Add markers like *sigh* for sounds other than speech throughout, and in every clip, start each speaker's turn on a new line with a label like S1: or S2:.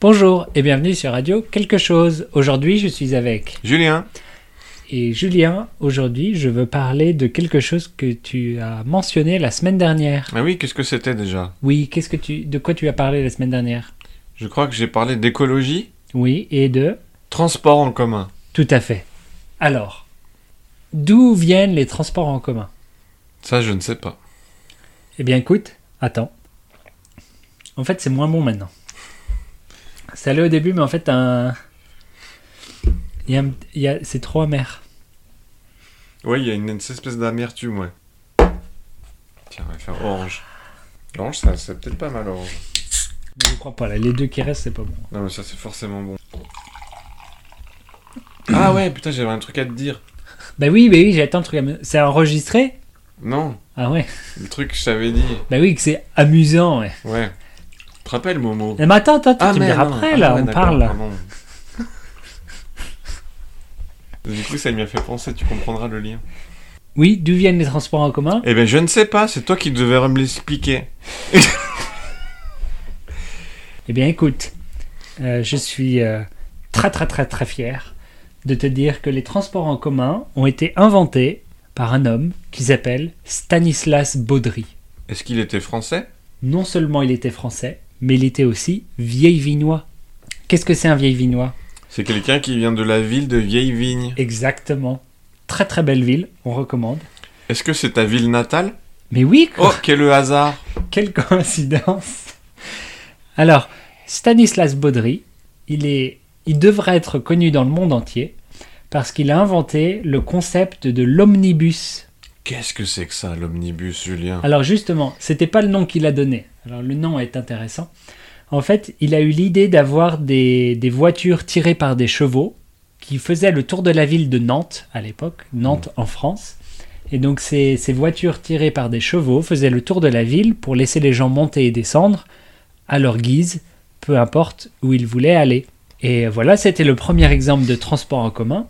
S1: Bonjour et bienvenue sur Radio Quelque chose. Aujourd'hui, je suis avec.
S2: Julien,
S1: Et Julien, aujourd'hui, je veux parler de quelque chose que tu as mentionné la semaine dernière.
S2: ah oui, qu'est-ce que c'était déjà
S1: Oui, qu'est-ce que tu. De quoi tu as parlé la semaine dernière
S2: Je crois que j'ai parlé d'écologie,
S1: Oui, et de.
S2: transport en commun.
S1: Tout à fait. Alors, d'où viennent les transports en commun
S2: Ça, je ne sais pas.
S1: Eh bien, écoute, attends. En fait, c'est moins bon maintenant. Ça allait au début, mais en fait, un. il y a un- il y a- C'est trop amer.
S2: Oui, il y a une, une espèce d'amertume, ouais. Tiens, on va faire orange. L'orange, ça, c'est peut-être pas mal, orange.
S1: Je crois pas, là. Les deux qui restent, c'est pas bon.
S2: Non, mais ça, c'est forcément bon. Ah ouais, putain, j'avais un truc à te dire.
S1: Bah oui, bah oui, j'attends le truc. à me- C'est enregistré
S2: Non,
S1: Ah ouais.
S2: le truc que je t'avais dit.
S1: Bah oui, que c'est amusant, ouais.
S2: Ouais. Tu te rappelles, Momo
S1: Mais attends, attends, Euh, tu me diras
S2: non.
S1: après,
S2: Ah,
S1: là,
S2: ouais,
S1: on
S2: d'accord,
S1: parle. là.
S2: pardon. *laughs* du coup, ça m'y a fait penser, tu comprendras le lien.
S1: Oui, d'où viennent les transports en commun
S2: Eh bien, je ne sais pas, c'est toi qui devrais me l'expliquer.
S1: Eh bien, écoute, euh, je suis euh, très, très, très, très fier de te dire que les transports en commun ont été inventés par un homme qui s'appelle Stanislas Baudry.
S2: Est-ce qu'il était français
S1: Non seulement il était français, mais il était aussi vieil vinois. Qu'est-ce que c'est un vieil vinois
S2: C'est quelqu'un qui vient de la ville de Vieille-Vigne.
S1: Exactement. Très, très belle ville, on recommande.
S2: Est-ce que c'est ta ville natale
S1: Mais oui, quoi.
S2: Oh, quel le hasard
S1: Quelle coïncidence Alors, Stanislas Baudry, il, est, il devrait être connu dans le monde entier parce qu'il a inventé le concept de l'omnibus.
S2: Qu'est-ce que c'est que ça, l'omnibus, Julien
S1: Alors justement, c'était pas le nom qu'il a donné. Alors le nom est intéressant. En fait, il a eu l'idée d'avoir des, des voitures tirées par des chevaux qui faisaient le tour de la ville de Nantes à l'époque, Nantes en France. Et donc ces, ces voitures tirées par des chevaux faisaient le tour de la ville pour laisser les gens monter et descendre à leur guise, peu importe où ils voulaient aller. Et voilà, c'était le premier exemple de transport en commun.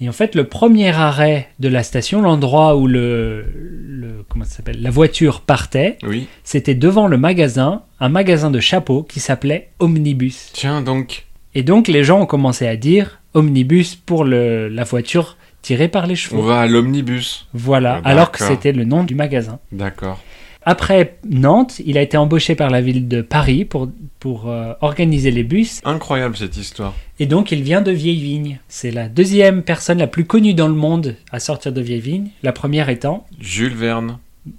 S1: Et en fait, le premier arrêt de la station, l'endroit où le, le- comment ça s'appelle, la voiture partait,
S2: Oui.
S1: c'était devant le magasin, un magasin de chapeaux qui s'appelait Omnibus.
S2: Tiens donc.
S1: Et donc, les gens ont commencé à dire Omnibus pour le, la voiture tirée par les
S2: On
S1: chevaux.
S2: va à l'omnibus.
S1: Voilà,
S2: Ah,
S1: alors que
S2: d'accord.
S1: c'était le nom du magasin.
S2: D'accord.
S1: Après Nantes, il a été embauché par la ville de Paris pour, pour euh, organiser les bus.
S2: Incroyable cette histoire.
S1: Et donc, il vient de Vieille-Vigne. C'est la deuxième personne la plus connue dans le monde à sortir de Vieille-Vigne. La première étant
S2: Jules Verne.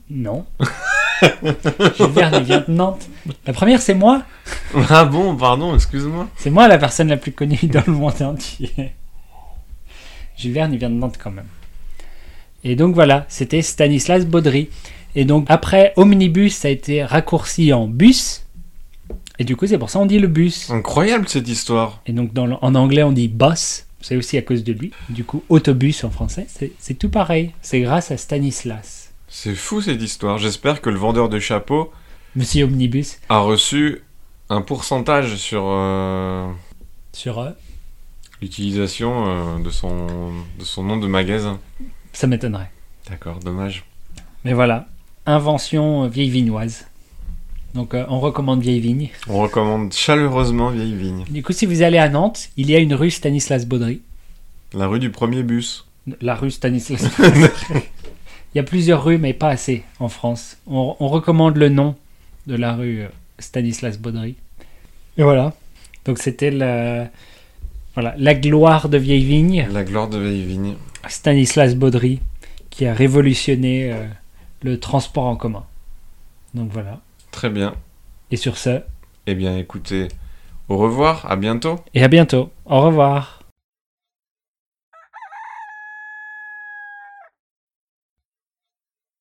S1: Non. *laughs* Gilles Verne, il vient de Nantes. La première, c'est moi.
S2: *laughs* Ah bon, pardon, excuse-moi.
S1: C'est moi la personne la plus connue dans le monde entier. Gilles Verne, il vient de Nantes quand même. Et donc voilà, c'était Stanislas Baudry. Et donc après, Omnibus, ça a été raccourci en bus. Et du coup, c'est pour ça on dit le bus.
S2: Incroyable cette histoire.
S1: Et donc dans le- en anglais, on dit bus. C'est aussi à cause de lui. Du coup, autobus en français, c'est- c'est tout pareil. C'est grâce à Stanislas.
S2: C'est fou cette histoire. J'espère que le vendeur de chapeaux
S1: Monsieur Omnibus,
S2: a reçu un pourcentage sur euh,
S1: sur euh,
S2: l'utilisation euh, de, son, de son nom de magasin.
S1: ça m'étonnerait.
S2: D'accord, dommage.
S1: Mais voilà, invention euh, vieille vignoise. Donc euh, on recommande vieille vigne.
S2: On recommande chaleureusement Vieille Vigne.
S1: Du coup, si vous allez à Nantes, il y a une rue Stanislas Baudry.
S2: La rue du premier bus.
S1: La rue Stanislas Baudry. il y a plusieurs rues, mais pas assez en France. On, on recommande le nom de la rue euh, Stanislas Baudry. Et voilà. Donc c'était la, voilà, la gloire de vieille vigne,
S2: La gloire de Vieille Vigne.
S1: Stanislas Baudry, qui a révolutionné euh, le transport en commun. Donc voilà.
S2: Très bien.
S1: Et sur ce,
S2: Eh bien écoutez, au revoir, à bientôt.
S1: et à bientôt. Au revoir.